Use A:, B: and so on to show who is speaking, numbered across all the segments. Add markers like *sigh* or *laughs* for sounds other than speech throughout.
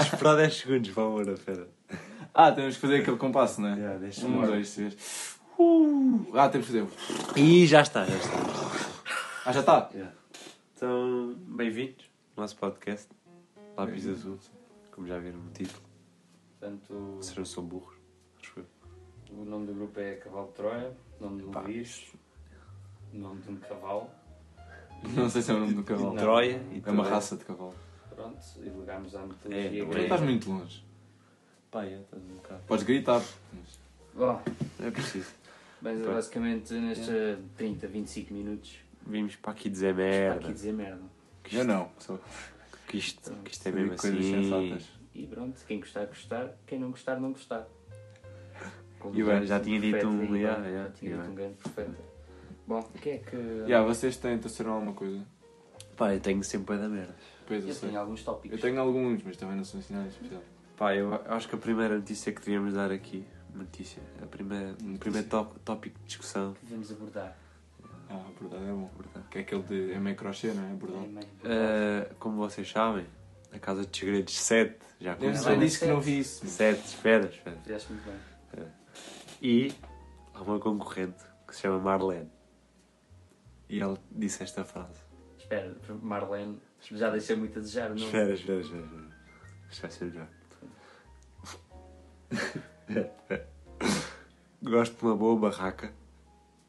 A: Esperar 10 segundos, vá embora, pera.
B: Ah, temos que fazer aquele compasso, não é?
A: Yeah, deixa
B: um,
A: eu ver.
B: dois, três. Uh, ah, temos que fazer.
A: E já está, já está.
B: Ah, já está.
A: Yeah. Então, bem-vindos ao nosso podcast, Lápis Azul, como já viram no título.
C: Portanto,
A: Vocês não são burros, acho eu.
C: o nome do grupo é Cavalo de Troia, o nome do Luís, o nome de um cavalo,
B: Não sei se é o nome do cavalo.
A: E Troia, e
B: É uma
A: Troia.
B: raça de cavalo.
C: pronto, e ligámos à
A: É,
C: mitologia
A: não é?
C: grega.
B: Estás muito longe.
A: Pá, é, estás um bocado.
B: Podes gritar. mas-
C: Bom,
A: Não é preciso.
C: mas
A: Pá.
C: basicamente nestes
A: É.
C: 30, 25 minutos,
A: Vimos para aqui dizer
C: está aqui
A: merda.
C: dizer merda.
A: Que
B: Eu
A: isto,
B: não. Só
A: que isto, que isto é
B: digo
A: mesmo assim.
C: E pronto, quem gostar, gostar, quem não gostar, não gostar. Como
A: E o Ben já tinha dito
C: profeta
A: um-
C: Ivan,
A: yeah, yeah,
C: já tinha
A: yeah.
C: dito um grande profeta. Bom, o que é que.
B: Yeah, vocês têm, torceram alguma coisa?
A: Pá, eu tenho sempre bué da merda.
B: Pois eu
C: Eu
B: sei.
C: tenho alguns tópicos.
B: Eu tenho alguns, mas também não são assim nada especial.
A: Pá, eu acho que a primeira notícia que queríamos dar aqui, notícia, a primeira,
B: Notícia.
A: o primeiro tó- tópico de discussão,
C: que devemos abordar.
B: Ah, bordado é bom.
A: portanto,
B: Que é aquele de. É meio crochê, não é?
C: É
B: Bordado.
C: meio
A: eh, como vocês sabem, a Casa dos Segredos 7 já
B: Eu
A: começou.
B: só
C: sei
B: disse que não vi isso.
A: 7, espera, espera.
C: Fizeste muito bem.
A: E há uma concorrente que se chama Marlene. E ela disse esta frase.
C: Espera, Marlene, já deixei muito a desejar, não?
A: Espera, espera, espera, espera. Isto vai ser melhor. *laughs* Gosto de uma boa barraca,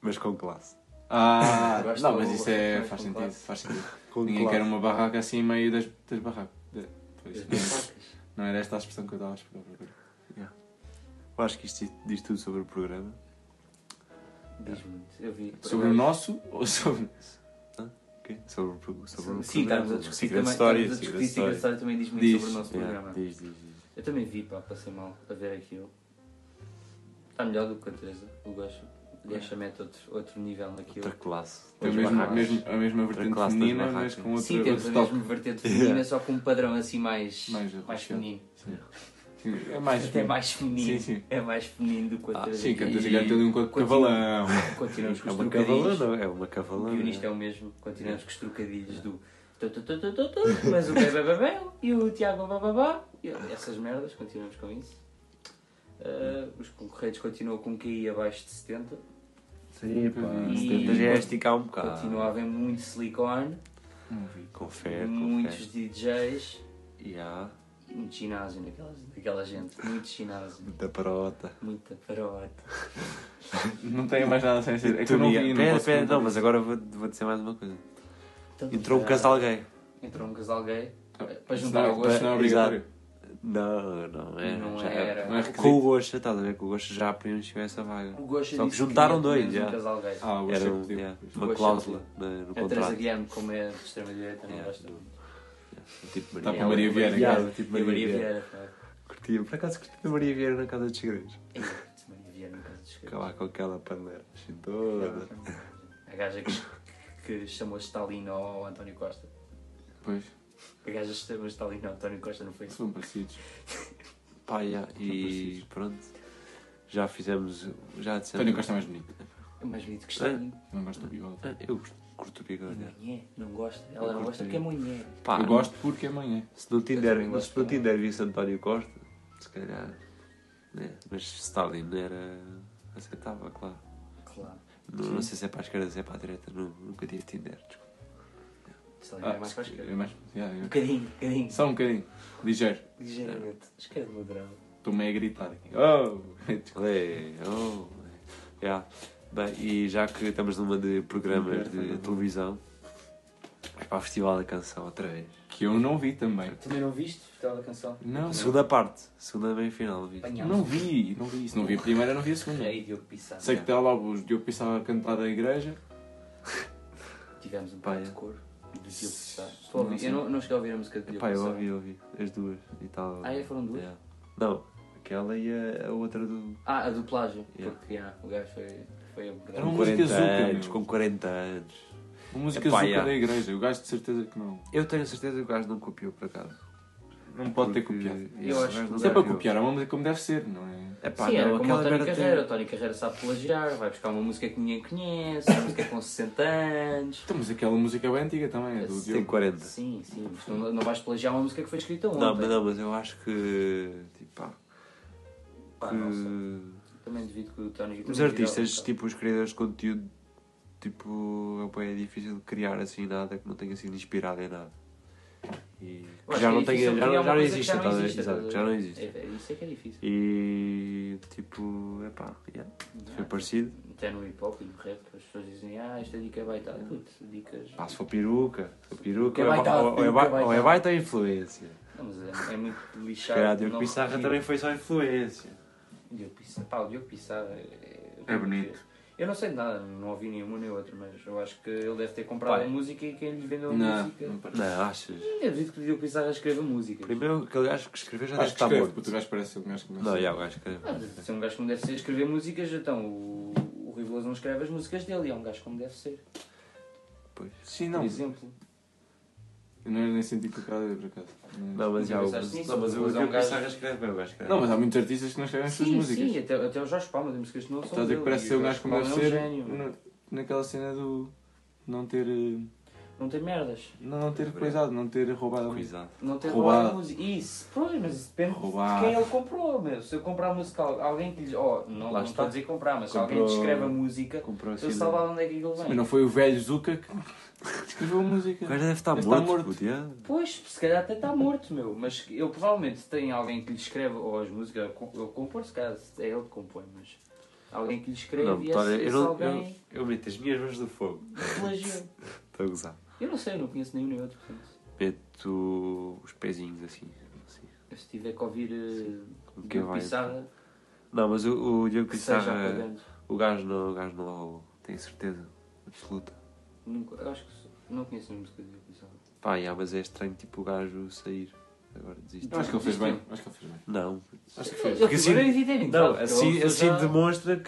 A: mas com classe.
B: Ah,
C: Gosto
B: não,
C: de
B: mas
C: uma
B: isso
C: boa
B: é. Faz
C: refeição com
B: sentido.
C: classe.
B: Faz sentido.
A: Com
B: Ninguém
A: classe.
B: quer uma barraca assim meio das, das barracas. É, De- pois,
C: *laughs* As
B: Não era esta a expressão que eu estava a esperar.
A: Eu acho que isto diz tudo sobre o programa.
C: Diz muito. Eu
B: É.
C: vi.
B: Sobre o nosso ou sobre.
A: Ok? Sobre, o pro- sobre o
C: Sim,
A: programa.
C: estamos a discutir
A: Secret
C: também.
A: Story,
C: estamos a
A: Secret
C: discutir Secret
A: Story.
C: Story também diz muito
B: Diz,
C: sobre o nosso
A: Yeah,
C: programa.
A: diz, diz, diz.
C: Eu também vi, pá, passei mal a ver aquilo. Está melhor do que a Teresa, o gajo. O gajo mete outro, outro nível naquilo.
A: Outra classe.
B: Tem
A: Os
B: o mesmo,
A: barracos.
B: mesmo, a mesma vertente
A: classe das
B: feminina, mas
A: barracas.
B: com outro,
C: Sim, temos a
B: outro toque.
C: mesma vertente feminina, só com um padrão assim mais,
B: Mais
C: mais,
B: arrochado.
C: feminino.
B: Sim, É mais.
C: Até mais
B: Sim,
C: feminino.
B: sim.
C: É mais feminino do que
A: Ah,
C: a Teresa.
B: Sim, que a
C: E
B: gigante tem um co-
C: continua-
B: cavalão.
C: Continuamos com
A: É uma
C: os trocadilhos.
A: cavalana, é uma
C: O
A: cavalana.
C: guionista é o mesmo, continuamos com os
B: É.
C: trocadilhos do tu, tu, tu, tu, tu, tu, mas o bebê bebeu e o Tiago bababá. E Essas merdas, continuamos com isso. Ah, os concorrentes continuam com um QI abaixo de 70.
A: Sim, pá.
B: E-
A: 70 já é esticar um bocado.
C: Continua a haver muito silicone,
B: Não vi.
A: Confere,
C: muitos
A: confere.
C: DJs
A: Já.
C: e muito ginásio naquela, naquela gente. Muito ginásio,
A: Da parota.
C: muita parote.
B: Não tenho mais nada sem dizer. É que eu não
A: Teoria.
B: vi, não
A: Pera,
B: posso
A: pera, então.
B: comentar.
A: não, mas agora vou, vou dizer mais uma coisa.
C: Então,
A: Entrou um
B: É.
C: ah,
A: casal gay.
C: Entrou um casal gay
B: Ah,
C: para
B: isso
C: juntar
B: não-
C: o gosto.
B: isso não é obrigatório.
A: Não, não era.
C: Não
A: já
C: era.
B: Não é
A: Com o
B: requisito.
A: Gosha, estás a ver? Com o Gosha já preencheu essa vaga.
C: O Gosha
A: Só que
C: disse queria
A: juntaram dois,
C: apenas um
A: já.
C: casal gay.
B: Ah, o
A: Era
B: gosto é tipo-
A: um-
B: pedido.
A: yeah,
B: Pois.
A: uma
C: Gosha
A: cláusula no, no
C: A Teresa
A: contrato.
C: Guilherme, como é de extrema-direita, não
A: É.
C: gosta muito.
A: Tipo
B: Tá
A: Maria.
B: com Maria Vieira. É
A: Vieira,
B: cara.
A: tipo
C: E Maria
A: Maria Vieira.
C: Vieira, pá.
A: Curtia, por acaso curtia a Maria Vieira na Casa dos Segredos.
C: Ei, É, Maria Vieira no caso dos
A: Fica lá com aquela panela assim toda.
C: A gaja que, que chamou Stalin ao António Costa.
B: Pois.
C: A gaja que chamou Stalin ao António Costa não foi isso?
B: É São parecidos.
A: Pá, já, e
B: preciso.
A: pronto. Já fizemos. Já dissemos.
B: António Costa é mais bonito.
C: É mais bonito que Stalin.
B: Eu não gosto do bigode.
A: Ah, Eu gosto- curto o bigode.
C: Munhé, não gosta. Ela não
A: curto
C: gosta
A: aí.
C: porque é mulher.
A: Pá,
B: eu gosto porque é mãe, é.
A: Se no Tinder,
C: também gosto
A: se no
C: também.
A: Tinder visse António Costa, se calhar. Né? Mas Stalin era. aceitável, claro.
C: Claro.
A: Não, não sei se é para a esquerda, se é para a direita, nu- nunca tive Tinder. desculpa.
C: Stalin
B: Ah,
C: é mais para a
B: é
C: esquerda.
B: mais- yeah,
C: Um
B: eu-
C: bocadinho, um bocadinho.
B: Só um bocadinho. Ligeiro.
C: Ligeiramente. é Esquerda moderada.
B: Estou meio a gritar aqui. Oh! *laughs*
A: Olé, oh, olé. Já. Bem, e já que estamos numa de programas de televisão, vais para o Festival da Canção outra vez.
B: Que eu não vi também.
C: Também não viste o final da canção?
B: Não,
A: Segunda parte, segunda meia final, vi.
B: não vi, não vi. Se não vi a primeira, não vi a segunda.
C: Rei Diogo Pissarro.
B: Sei que está lá o Diogo Pissarro a cantar da igreja.
C: Tivemos um
A: Pá,
C: pouco
A: é.
C: de cor. do Diogo Pissarro.
B: Não
C: Tu ouvi-
B: sei.
C: Eu não- não cheguei a ouvir a música de Diogo
A: Pá, eu
C: Pissarro.
A: ouvi, eu ouvi. As duas e tal.
C: Ah, é? Foram duas?
A: Já. Não, aquela e a, a outra do.
C: Ah, a do plágio.
A: Yeah.
C: Porque yeah, o gajo foi, foi um
B: Era
A: Com
B: uma
C: bocadinho.
A: 40
B: música zuca,
A: anos,
B: meu.
A: com 40 anos.
B: Uma música
A: Epá,
B: zuca
A: yeah.
B: da igreja. O gajo de certeza que não.
A: Eu tenho certeza que o gajo não copiou por acaso.
B: Não pode ter
A: porque
B: copiado.
A: esse
C: Eu
A: gajo
C: acho que-
A: não
B: Isso é
A: deve
B: para copiar, é uma música como deve ser, não é?
A: É pá,
C: Sim, era
A: não,
C: como o
A: aquela
C: Tony
A: merda tem-
C: Carreira. O Tony Carreira sabe plagiar, vai buscar uma música que ninguém conhece, uma música com 60 anos.
B: Então, mas aquela música é bem antiga também, é do
A: tem
B: Diogo.
A: 40.
C: Sim, sim, mas tu não, não vais plagiar uma música que foi escrita ontem.
A: Não, mas, não, mas eu acho que. Tipo, pá.
C: Pá,
A: é que-
C: não sei. Também devido que o Tony
A: Os artistas, tipo, os criadores de conteúdo, tipo, é bué difícil criar assim nada que não tenha sido inspirado em nada. E
C: Eu acho
A: já
C: que
A: não,
C: é
A: tenha,
C: difícil
A: já, não-
C: criar uma
A: já não
C: coisa que
A: existe, tá a ver? Exato,
C: estás a
A: já não
C: ver?
A: existe.
C: É, é, isso é que é difícil.
A: E tipo, é pá, yeah, foi parecido.
C: Até no hip hop e no rap, as pessoas dizem, ah, esta dica é baitada. Puto, dicas.
A: Pá, se for peruca, se for peruca,
C: É
A: ou é
C: baita,
A: ba- ou é
C: peruca é
A: ba- ou é
C: baita.
A: baita influência.
C: Não, mas é, é muito
A: Se
C: lixado.
A: calhar Diogo
C: não
A: Pissarra
C: repetir.
A: também foi só influência.
C: Diogo Pissarra, pá, o Diogo Pissarra é,
B: É bonito.
C: Eu não sei de nada, não ouvi nenhum nem outro, mas eu acho que ele deve ter comprado
A: Pai.
C: a música e quem lhe vendeu a
B: Não,
C: música.
B: não parece.
A: Não, achas?
C: Eu duvido que o Diogo Pissarra escreva música.
A: Primeiro, aquele gajo que escreveu já deve
B: Acho que
A: estar
B: escreve, puto, o
A: morto.
B: gajo parece um gajo que
A: Não,
B: sei.
A: já, o gajo escreveu.
C: Ah, deve ser um gajo como deve ser escrever músicas, então o, o Rui Veloso não escreve as músicas dele, é um gajo como deve ser.
A: Pois.
B: Sim,
C: Por
B: não.
C: exemplo.
B: Eu não é nem senti tocado, por acaso. é.
A: Não, mas já o.
C: Pensaste nisso?
A: Não, mas o
C: Mas é um
A: Diogo
C: gajo-
A: Pissarra escreve bem, o gajo escreve.
B: Não, mas há muitos artistas que não escrevem as suas
C: Sim,
B: músicas.
C: sim, até, até o Jorge Palma tem músicas que não são
B: Estás a dizer
C: dele.
B: que parece
C: e
B: ser um
C: o
B: gajo como deve
C: Palma
B: ser
C: É um gênio. Não,
B: na- naquela cena do não ter eh,
C: tem merdas.
B: não, não ter coisado, não ter roubado a música.
A: Coisado.
C: Não tem
B: Roubado.
C: roubado a música. Isso, pois, mas isso depende
B: Roubado.
C: de quem ele comprou, meu. Se eu comprar a música, al- alguém que lhe... Oh, não,
A: Lá
C: não
A: está.
C: estou a dizer comprar, mas se
A: Comprou-
C: alguém te escreve a música,
A: Comprou
C: eu salvava onde é que ele vem.
B: Mas não foi o velho Zuka que escreveu a música.
A: O gajo deve estar
B: Deve
A: morto,
B: estar morto.
A: puto, yeah.
C: Pois, se calhar até está morto, meu. Mas ele provavelmente tem alguém que lhe escreve, ou as músicas, ele com- ele compõe, se calhar é ele que compõe, mas alguém que lhe escreve
A: Não,
C: e
A: Vitória,
C: esse,
A: eu
C: esse
A: não. Eu,
C: alguém
A: eu meto as minhas mãos no fogo.
C: plagiou.
A: Estou a gozar.
C: Eu não sei, eu não conheço nenhum nem outro. portanto.
A: Meto os pezinhos assim. assim.
C: Eu se tiver que ouvir
A: Com
C: uh,
A: quem
C: Diogo
A: vai?
C: Pissarra,
A: Não, mas o, o Diogo
C: que seja
A: Pissarra. é?
C: apagando.
A: O gajo não, o gajo não roubou. Tenho certeza. Absoluta.
C: Nunca, eu acho que sou- não conheço nenhuma música de Diogo Pissarra.
A: Pá, yeah, mas é estranho tipo o gajo sair. Agora desiste.
B: Eu acho que ele fez bem. Acho que ele fez bem.
A: Não.
B: Acho que
C: Ele
B: fez.
A: Porque assim-
C: primeiro evidentemente,
A: Não,
C: é sabe,
A: assim,
C: porque
A: assim
C: ele já-
A: demonstra que,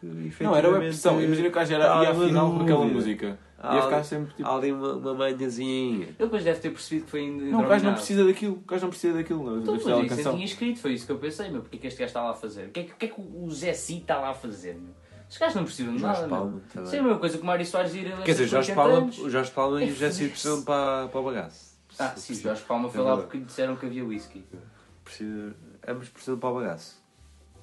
A: que efetivamente...
B: Não, era a pressão. Imagina que o gajo era
A: há
B: ia à
A: é uma
B: final com aquela
A: dúvida.
B: música.
A: Há
B: Ia
A: ali-
B: ficar sempre tipo.
A: Há ali uma, uma manhazinha.
C: Ele depois deve ter percebido que foi ainda.
B: Não, o gajo não precisa daquilo. O gajo não precisa daquilo. Não,
C: Então,
B: não
C: mas
B: precisa da
C: isso eu
B: canção.
C: tinha escrito, foi isso que eu pensei, meu. Porque é que este gajo está lá a fazer? O que é que, o que, é que o Zé Si está lá a fazer, meu? Os gajos não precisam de
A: Jorge
C: nada,
A: Palma
C: meu. Isso é a
A: também.
C: mesma coisa que o Mário Soares ir a
A: Quer dizer,
C: estes
A: Jorge
C: 80
A: Palma,
C: anos.
A: o Jorge Palma e o José Cid precisam para, para o bagaço.
C: é- Ah, sim, o Jorge Palma foi
A: É
C: lá
A: verdade.
C: porque lhe disseram que havia whisky.
A: Precisa, ambos precisam para o bagaço.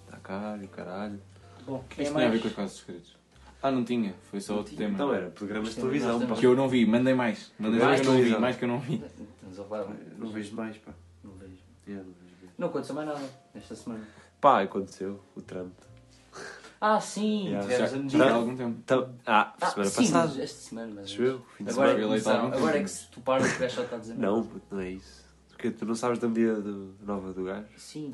A: Está caro, caralho.
C: Bom,
B: Isto tinha a ver com os casos escritos. Ah, não tinha. Foi só outro tema.
A: Então era programas de
C: Isto é televisão,
A: televisão,
C: nós pá.
B: Que eu não vi. Mandei mais. Mandei
A: Mais
B: mais que eu não vi.
A: televisão.
B: Mais que eu não vi.
C: Estamos a falar, não,
A: Não vejo mais, pá.
C: não vejo.
A: Yeah, não vejo mais.
C: É, Não aconteceu mais nada nesta semana.
A: Pá, aconteceu o Trump.
C: Ah, sim,
A: Yeah,
C: tivemos
B: Já-
C: um
B: Já
C: a medida.
B: há algum tempo.
A: Então, ah,
C: Ah,
A: semana
C: sim, mas
A: passada.
C: Esta semana, mas.
A: Choveu, fim de
C: Agora,
A: semana.
C: é que
B: Ele é
C: começaram-
B: algum
C: agora é
B: tempo.
C: que se tu paras, o gajo só está a dizer merda.
A: Não, puto, não é isso. Porque tu não sabes da medida do- nova do gajo?
C: Sim.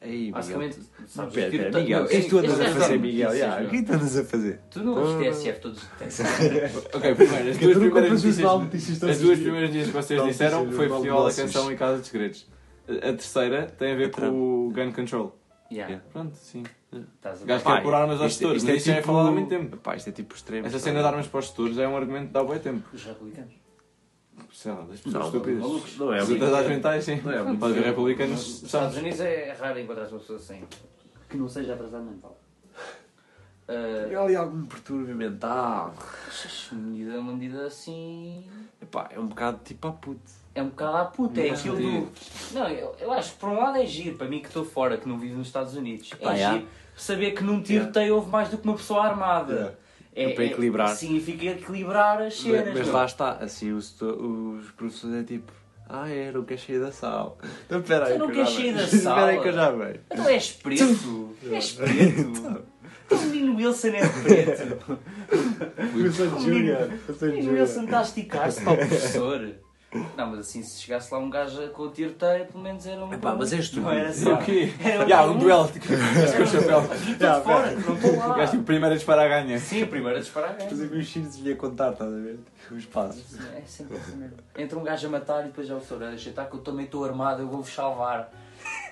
A: Ei, Miguel.
C: Basicamente,
A: Não,
C: sabes, tipo,
A: pera,
C: tiro-
A: pera, Miguel, o que é que
C: Este-
A: tu andas
C: este
A: a
C: gajo
A: fazer,
C: sabe.
A: Miguel?
C: Sim,
A: Yeah, O
C: senhor.
A: que é que tu andas a fazer?
C: Tu não
A: Ah.
C: ouves TSF todos os
A: *laughs*
B: Ok,
C: tempos.
A: Porque
B: primeiro, as duas
A: tu nunca
B: primeiras
A: ouves o
B: notícias.
A: jornal de notícias todos
B: As
A: os
B: duas
A: dias.
B: primeiras notícias que vocês
A: Não,
B: disseram
A: notícias,
B: foi
A: não,
B: Festival da
A: bolsas.
B: Canção e Casa dos Segredos. A a terceira tem a ver
A: Trump.
B: com o Gun Control.
C: Yeah,
B: Pronto, sim.
C: estás a
B: Gajo
C: ver.
B: que é por armas aos setores, mas isso já é falado há muito tempo.
A: tipo Pá, isto é tipo extremo.
B: Essa cena de armas para os setores é um argumento que dá boi tempo.
C: Os republicanos.
B: Sei lá, das pessoas
A: Não,
B: estúpidas.
A: malucos. Não é
B: As
A: muito.
B: outras mentais, sim.
A: Não é muito
B: Para os
A: tempo.
B: republicanos,
C: Nos
B: sabes.
C: Estados Unidos é raro encontrar uma pessoa assim. Que não seja atrasado mental.
A: E
C: Uh,
A: ali algum perturbe mental.
C: uma medida, uma medida assim.
A: Epá, é um bocado tipo a puto.
C: É um bocado à puta, é
B: Não
C: aquilo
B: sentido.
C: do. Não, eu, eu acho que por um lado é giro, para mim que estou fora, que não vivo nos Estados Unidos.
A: Pá,
C: é
A: já.
C: giro saber que num tiroteio houve mais do que uma pessoa armada.
A: É para equilibrar.
C: Significa equilibrar as cenas.
A: Mas, mas
C: meu.
A: lá está, assim os, to- os professores é tipo. Ah é, não queres sair da sala. Então espera aí.
C: Tu não
A: que eu já
C: queres sair
A: venho.
C: da
A: *laughs* Espera
C: sala?
A: aí que eu já venho.
C: Tu
A: *laughs*
C: és preto? és preto? Tu, o menino Wilson é
A: *laughs*
C: preto.
A: Wilson
C: Júnior,
A: Wilson
C: O menino Wilson está a esticar-se para o professor. Não, mas assim, se chegasse lá um gajo com o tiroteio, pelo menos era um.
A: Epá, mas és
C: Não
A: tu.
C: era
B: Sim,
C: só.
B: O
A: *laughs*
B: quê?
C: Era
B: Já, um
C: um-
B: duelo. tipo, gajo com o chapéu.
C: E estou fora, que não estou
B: O
C: lá.
B: gajo tipo, primeiro a disparar a ganha.
C: Sim, a primeira disparar é.
A: um Fazer os filhos vinha contar, estás a ver? Tipo, Os passos.
C: É sempre assim mesmo. Entra um gajo a matar e depois já o senhor, deixa estar que eu também estou armado, eu vou-vos salvar.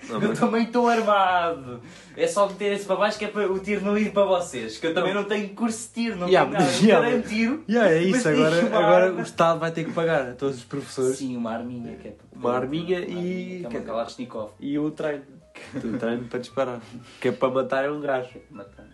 D: Não,
C: Eu
D: mas-
C: também estou armado. É só meterem-se para baixo que é para o tiro não ir para vocês. Que eu também não tenho curso de tiro, não
A: Yeah,
C: tenho nada.
A: mas- *laughs*
C: Eu
A: yeah.
C: tenho tiro.
A: Yeah, é
C: Mas
A: isso,
C: tem
A: agora,
C: uma
A: agora
C: arma.
A: o Estado vai ter que pagar a todos os professores
C: Sim, uma arminha que é para-
A: Uma arminha e-
C: Que é uma Kalashnikov.
A: e o treino. O treino para disparar. Que é para matar é um gajo.
C: Matar.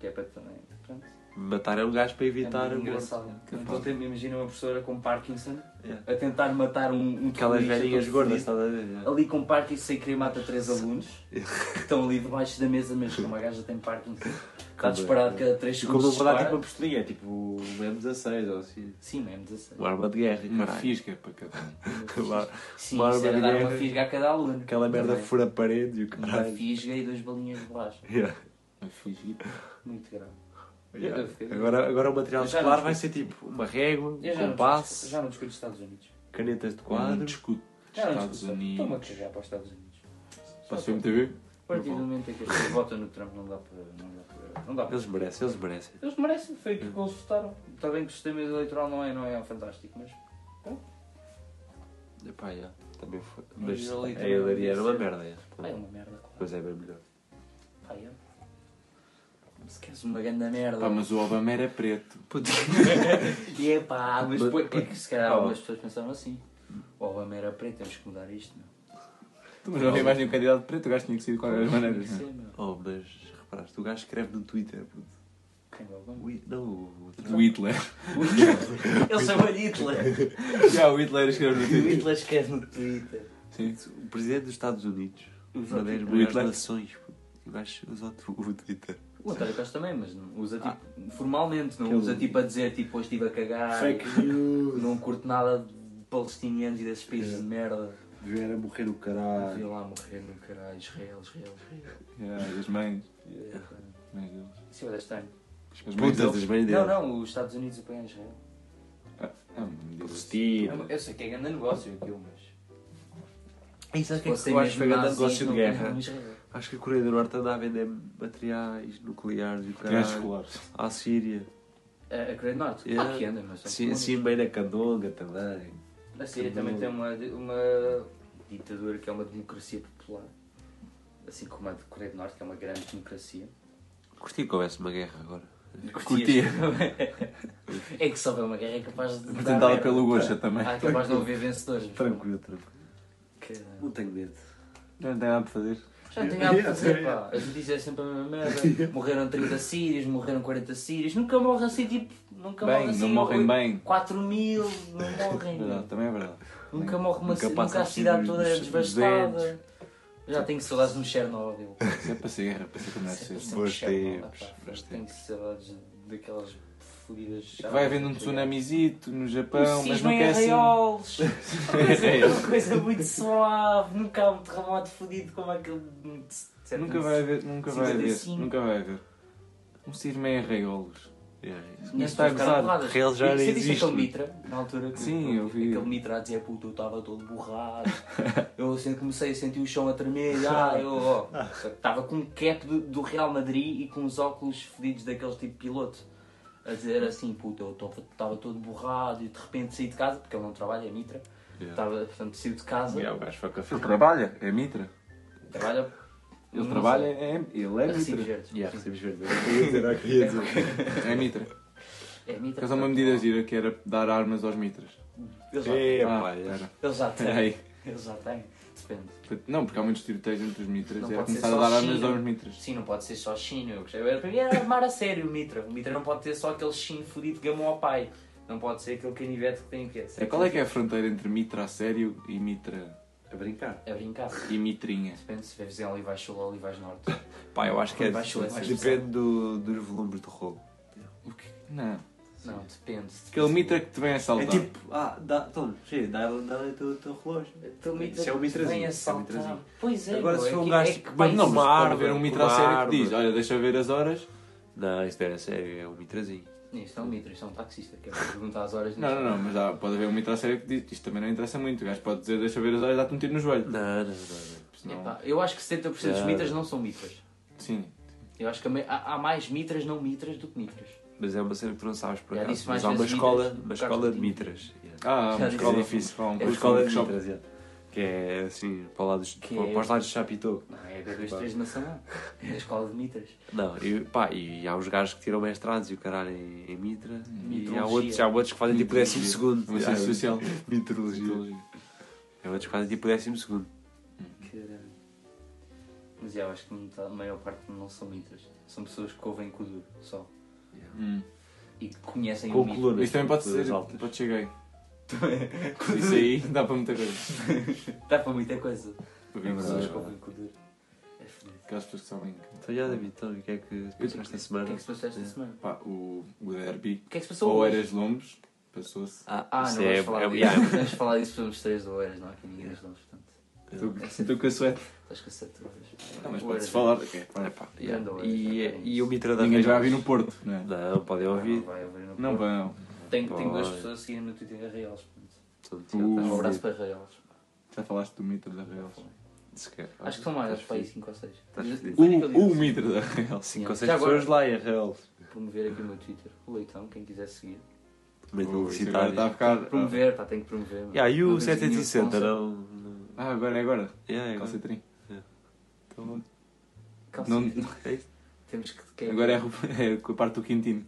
C: Que é para também. Pronto.
A: Matar é um gajo para
C: é
A: evitar a
C: muito
A: morte.
C: engraçado. Então, tem- imagina uma professora com Parkinson
A: Yeah.
C: a tentar matar um, um
A: Aquelas
C: terrorista
A: velhinhas
C: todo
A: gordas,
C: fedido.
A: estás a ver? yeah.
C: Ali com Parkinson sem querer mata três alunos que estão ali debaixo da mesa mesmo. Como a gaja
A: *laughs*
C: tem Parkinson. Está disparado cada 3
A: E como
C: segundos.
A: não vou dar tipo
C: dispara.
A: uma pistolinha, é tipo um M16 ou assim.
C: Sim, é 16.
A: Uma é arma de guerra,
B: Uma
A: caralho.
B: fisga para cada um.
A: Uma-
C: Sim,
A: uma
C: isso
A: arma
C: era
A: de
C: dar uma
A: guerra.
C: fisga a cada aluno.
A: Aquela é merda
C: Também.
A: fura a parede e o
C: Uma
A: caralho.
C: fisga e duas bolinhas de borracha.
A: Yeah.
B: Uma fisga.
C: Muito grave.
A: Yeah.
C: Eu fiquei-
A: Agora, agora o material
C: Eu já não
A: escolar vai ser
C: discuto.
A: tipo uma régua, um
C: Eu já não discuto-
A: compasso,
C: já Hum, não discuto os Estados Unidos.
A: canetas de
B: Quadro.
A: quadro.
B: discuto.
C: Já não
B: Estados
C: discuto. Estou-me a
B: Unidos.
C: queijar para os Estados Unidos.
B: Posso ver MTV?
C: A partir do momento em que as pessoas votam no Trump, não dá para. Não dá para. Não dá para.
A: Eles merecem, eles merecem.
C: Eles merecem, foi o que consultaram. Está bem que o sistema eleitoral não é, não é fantástico, mas.
A: Epá, yeah, também foi. Mas
C: Mas
A: a
C: ali também
A: Hillary era uma
C: deve
A: merda. yeah.
C: Pá, é uma merda, claro.
A: Mas é bem melhor.
C: Pá, é. Se queres uma grande merda.
B: Pá, mas o Obama era preto.
C: E é pá, mas
A: Mas-
C: pois- é que se calhar
A: Ah,
C: algumas pessoas pensavam assim. O Obama era preto, temos que mudar isto, meu.
B: *laughs* Mas não havia mais nenhum candidato preto, o gajo tinha que ser de qualquer É maneira.
C: Tinha que ser, meu.
A: Oh, mas reparaste, o gajo escreve no Twitter. puto.
C: Quem é o
A: O
C: Obama? *laughs*
A: I- Não, o-
B: O Hitler.
C: Ele chama Hitler.
B: Já o Hitler escreveu no
C: E o
B: Twitter.
C: Hitler escreve no Twitter.
B: Sim.
A: *laughs* o presidente dos Estados Unidos.
C: Usa
A: Uma das
C: o Twitter.
A: maiores
B: Hitler.
A: nações. puto. E o gajo usa o tu- o Twitter.
C: O António Costa também, mas não usa tipo
B: Ah.
C: formalmente, não
A: Aquele-
C: usa tipo a dizer tipo hoje estive a cagar, tipo,
A: news.
C: não curto nada de palestinianos e desses
B: É.
C: países de merda.
A: Vieram morrer o
B: Ah.
C: Vi lá morrer no caralho, Israel, Israel, Israel.
B: Já, e as mães. As mães deles.
C: Isso é bastante estranho.
B: As mães
A: Putas
B: deles.
A: das mães dele.
C: Não, não, os Estados Unidos apoiam Israel.
A: É um
B: Ah, me diz.
A: Palestina.
C: Eu, eu sei que é grande negócio aquilo, mas.
A: E sabes o que é que
C: Você
A: eu acho que foi grande
C: nazis,
A: negócio de
C: assim, não
A: guerra?
C: ganham Israel.
A: Acho que a Coreia do Norte anda a vender materiais nucleares e o
B: Gajos
A: caralho
B: escolares.
A: à Síria.
C: A a Coreia do Norte.
A: Yeah.
C: Ah, que anda, mas.
A: Assim, assim bem na candonga também.
C: A Síria também tem uma, uma ditadura que é uma democracia popular. Assim como a de Coreia do Norte, que é uma grande democracia.
A: Curti que houvesse uma guerra agora.
C: Curtia. *laughs* é que se houver uma guerra é capaz de. dar
B: Representada
C: merda.
B: pelo Gosha também.
C: Ah, é capaz de não
A: *laughs*
C: haver vencedores.
A: Tranquilo, tranquilo.
C: Caramba.
A: Não tenho medo.
B: Já não tem nada para fazer.
C: Já não tenho nada para fazer, pá. As notícias é sempre a mesma merda. Morreram 30 sírios, morreram 40 sírios. Nunca morre assim, tipo. Nunca
B: Bem,
C: morre assim.
B: não morrem
C: oito-
B: bem.
C: 4 mil, não morrem.
B: Verdade, também é verdade.
C: Nunca morre uma
A: Nunca
C: nunca,
A: passa
C: nunca a
A: assim
C: cidade
A: dos-
C: toda é
A: dos- dos
C: devastada.
A: dedos.
C: Já tenho saudades de um Chernobyl.
B: Isso é assim, para ser guerra, para ser como deve ser.
A: Boas
C: Chernobyl,
A: tempos,
C: pá,
A: boas
C: Tenho saudades daquelas fodidas chaves. tá
B: Vai havendo um tsunamizito no Japão,
C: o
B: mas
C: cisma
B: não
C: em
B: quer assim.
C: é arraiolos.
B: *laughs* É isso.
C: Uma coisa muito suave. Nunca há um terremoto fodido como aquele. de
B: Nunca vai haver, nunca vai haver,
C: 55.
B: nunca vai haver. Um cisma em arraiolos.
A: Yeah.
C: Minhas
B: Está
C: pessoas ficaram
B: gozado.
C: borradas.
A: Real já
C: Você disse
A: existe.
C: aquele mitra, na altura que
B: Sim, eu vi.
C: aquele mitra a dizer puto, eu estava todo
B: *laughs*
C: borrado. eu sempre comecei a sentir o chão a tremer. Ah, eu ó, estava com um cap do, do Real Madrid e com uns óculos fedidos daqueles tipo piloto. A dizer assim, puto, eu estava todo borrado e de repente saí de casa, porque ele não trabalha, é mitra.
A: Yeah.
C: Estava, portanto, saí de casa,
B: Yeah, o gajo foi café. Ele trabalha, é Mitra.
C: trabalha.
B: Ele
C: não
B: trabalha,
C: sei,
B: é, ele
C: a
B: é
C: Recibos
B: Mitra.
C: Verdes.
A: Yeah,
C: Sim.
A: recebes verdes. Queria dizer, ah, queria dizer.
B: *laughs* É Mitra.
C: É mitra.
B: Mas há uma medida gira que era dar armas aos Mitras. Ah,
C: Eles já-
A: Epá, é. yeah.
B: espera.
C: eles já têm.
B: Peraí.
C: Eles já têm. Depende.
B: Não, porque há muitos tiroteios entre os Mitras.
C: Não
B: era
C: pode ser
B: começar a
C: só
B: dar
C: China.
B: armas aos Mitras.
C: Sim, não pode ser só chino. Eu gostei. Era para mim era amar a sério o Mitra. O Mitra não pode ter só aquele chino fodido que gamou ao pai. Não pode ser aquele canivete que tem o quê?
B: É, qual é que é a fronteira entre Mitra a sério e Mitra
A: A brincar.
C: É brincar.
B: e Mitrinha?
C: Depende se vês em Olivais Sul ou Olivais Norte.
A: Pá, eu acho que é.
C: Vai chover, vai chover.
A: Depende do- dos volumes do rolo.
B: O quê? Não.
C: Não, depende.
B: Aquele Mitra que te vem
A: É
B: assaltar.
A: tipo, ah, dá, toma, chega, dá dá-lhe o teu- teu relógio.
C: Teu Então, Mitra
A: Isso é um
C: que te
A: mitrazinho,
C: vem
A: isso é um
C: assaltar.
A: mitrazinho.
C: Pois é.
A: Agora,
C: meu,
A: se
C: é
A: for um
C: que-
A: gajo
C: é
A: que
C: que
A: bem-
C: vai-
B: Não,
A: uma
B: mas pode haver
A: árvore,
B: um Mitra
A: uma
B: a sério que
A: árvore.
B: diz, olha, deixa ver as horas.
A: Não, isto era sério, é um mitrazinho.
C: Isto é um Mitra, isto é um taxista. Que é para perguntar às horas.
B: Não, não, não, mas há- pode haver um mito a sério que diz, isto também não interessa muito, o gajo pode dizer, deixa ver as horas, dá-te um tiro no joelho.
A: Não, não, não. não.
B: Senão-
C: Epá, eu acho que 70% dos
A: Já.
C: Mitras não são Mitras.
B: Sim.
C: Eu acho que há- há, há mais Mitras não Mitras do que Mitras.
A: Mas é uma cena que tu não sabes por
C: Já
A: acaso.
C: disse mais
A: Mas há uma
C: vezes um
A: escola,
C: mitras do
A: uma
C: que
A: escola de
C: Carlos
A: mitras. Yeah.
B: Ah,
C: Já
B: uma
C: disse.
B: escola
A: É difícil.
B: Um
A: É uma escola de
B: workshop.
A: mitras, yeah. que é assim, para, lados,
C: Que
A: para,
C: é-
A: para os lados de Chapitão.
C: Não, é B23 na Samão. É a escola de Mitras.
A: Não, e, pá, e há uns gajos que tiram mestrados e o caralho em, em Mitra. E
C: Mitrologia.
A: há outros, há outros que fazem tipo
B: Mitrologia.
A: décimo segundo.
B: Uma ciência
A: Ah,
B: social.
A: Mitrologia.
B: Mitologia.
A: Há outros que fazem tipo décimo segundo.
C: Caralho. Mas eu acho que não tá- a maior parte não são mitras. São pessoas que ouvem com o duro só.
B: Hum.
C: E que conhecem
A: Com
C: o mito.
A: colunas.
B: Isso também pode
A: Todas
B: ser,
A: altas.
B: pode ser gay. Isso aí dá para muita coisa.
C: Dá para muita coisa.
A: É
C: pessoas
A: verdade.
C: que ouvem com o duro. É fodido.
B: Aquelas pessoas que sabem que...
A: Então, já, David, então, o que é que pensaste esta
C: O que é
A: semana?
C: que se passou esta semana?
B: Pá, o, o derby.
C: O que é que se passou
B: Ou
C: hoje?
B: eras lombos, passou-se.
A: Ah,
C: Ah,
A: isso é
C: não vamos falar
A: *laughs*
C: disso.
A: yeah,
C: Não Vamos falar disso sobre os três do Oeiras, não há aqui ninguém das novas, portanto. *laughs*
B: Estou com a suéte.
C: Estás com sete horas.
B: Não, mas pode-se
C: O Oeiras-
B: falar. ok, pá.
A: é pá, yeah.
C: Grande
A: E, é-
C: Oeiras,
A: e o Mitra da
B: Ninguém
A: Vez-
B: vai vir no Porto, não é?
A: Não, podem
C: Não,
A: ouvir.
C: vai ouvir no
B: Não
C: Porto.
B: vão.
C: Tenho, tenho duas
A: Vai.
C: pessoas a seguir no Twitter de Arraelos, portanto.
A: Portanto,
B: Uh,
A: já
C: Um
A: estás fodido.
C: abraço para Arraelos.
B: Já falaste do É mito da Real.
A: Sequer.
C: Acho que são mais,
A: Estás
C: acho que para aí
A: fodido.
C: 5 ou 6.
A: Estás fodido.
C: é
B: O, o mito da Real.
A: Cinco ou
C: Já
A: seis
C: agora-
A: pessoas lá em Real.
C: Promover aqui o meu Twitter. O Leitão, quem quiser seguir.
A: Meio
B: Ui, isso agora
A: publicitário.
B: está a ficar.
C: Promover, pá, tenho que promover. mano.
A: Yeah, e
C: Não
A: o
C: temos
A: 760,
C: nenhum
A: não? não-
B: Ah, agora é agora.
A: Yeah, é agora.
B: Calcetrim.
A: Então,
C: sponsor.
B: Não-
C: Calça-
A: é isso.
C: Temos que. que-
B: Agora é a roupa- é com a parte do Quintino.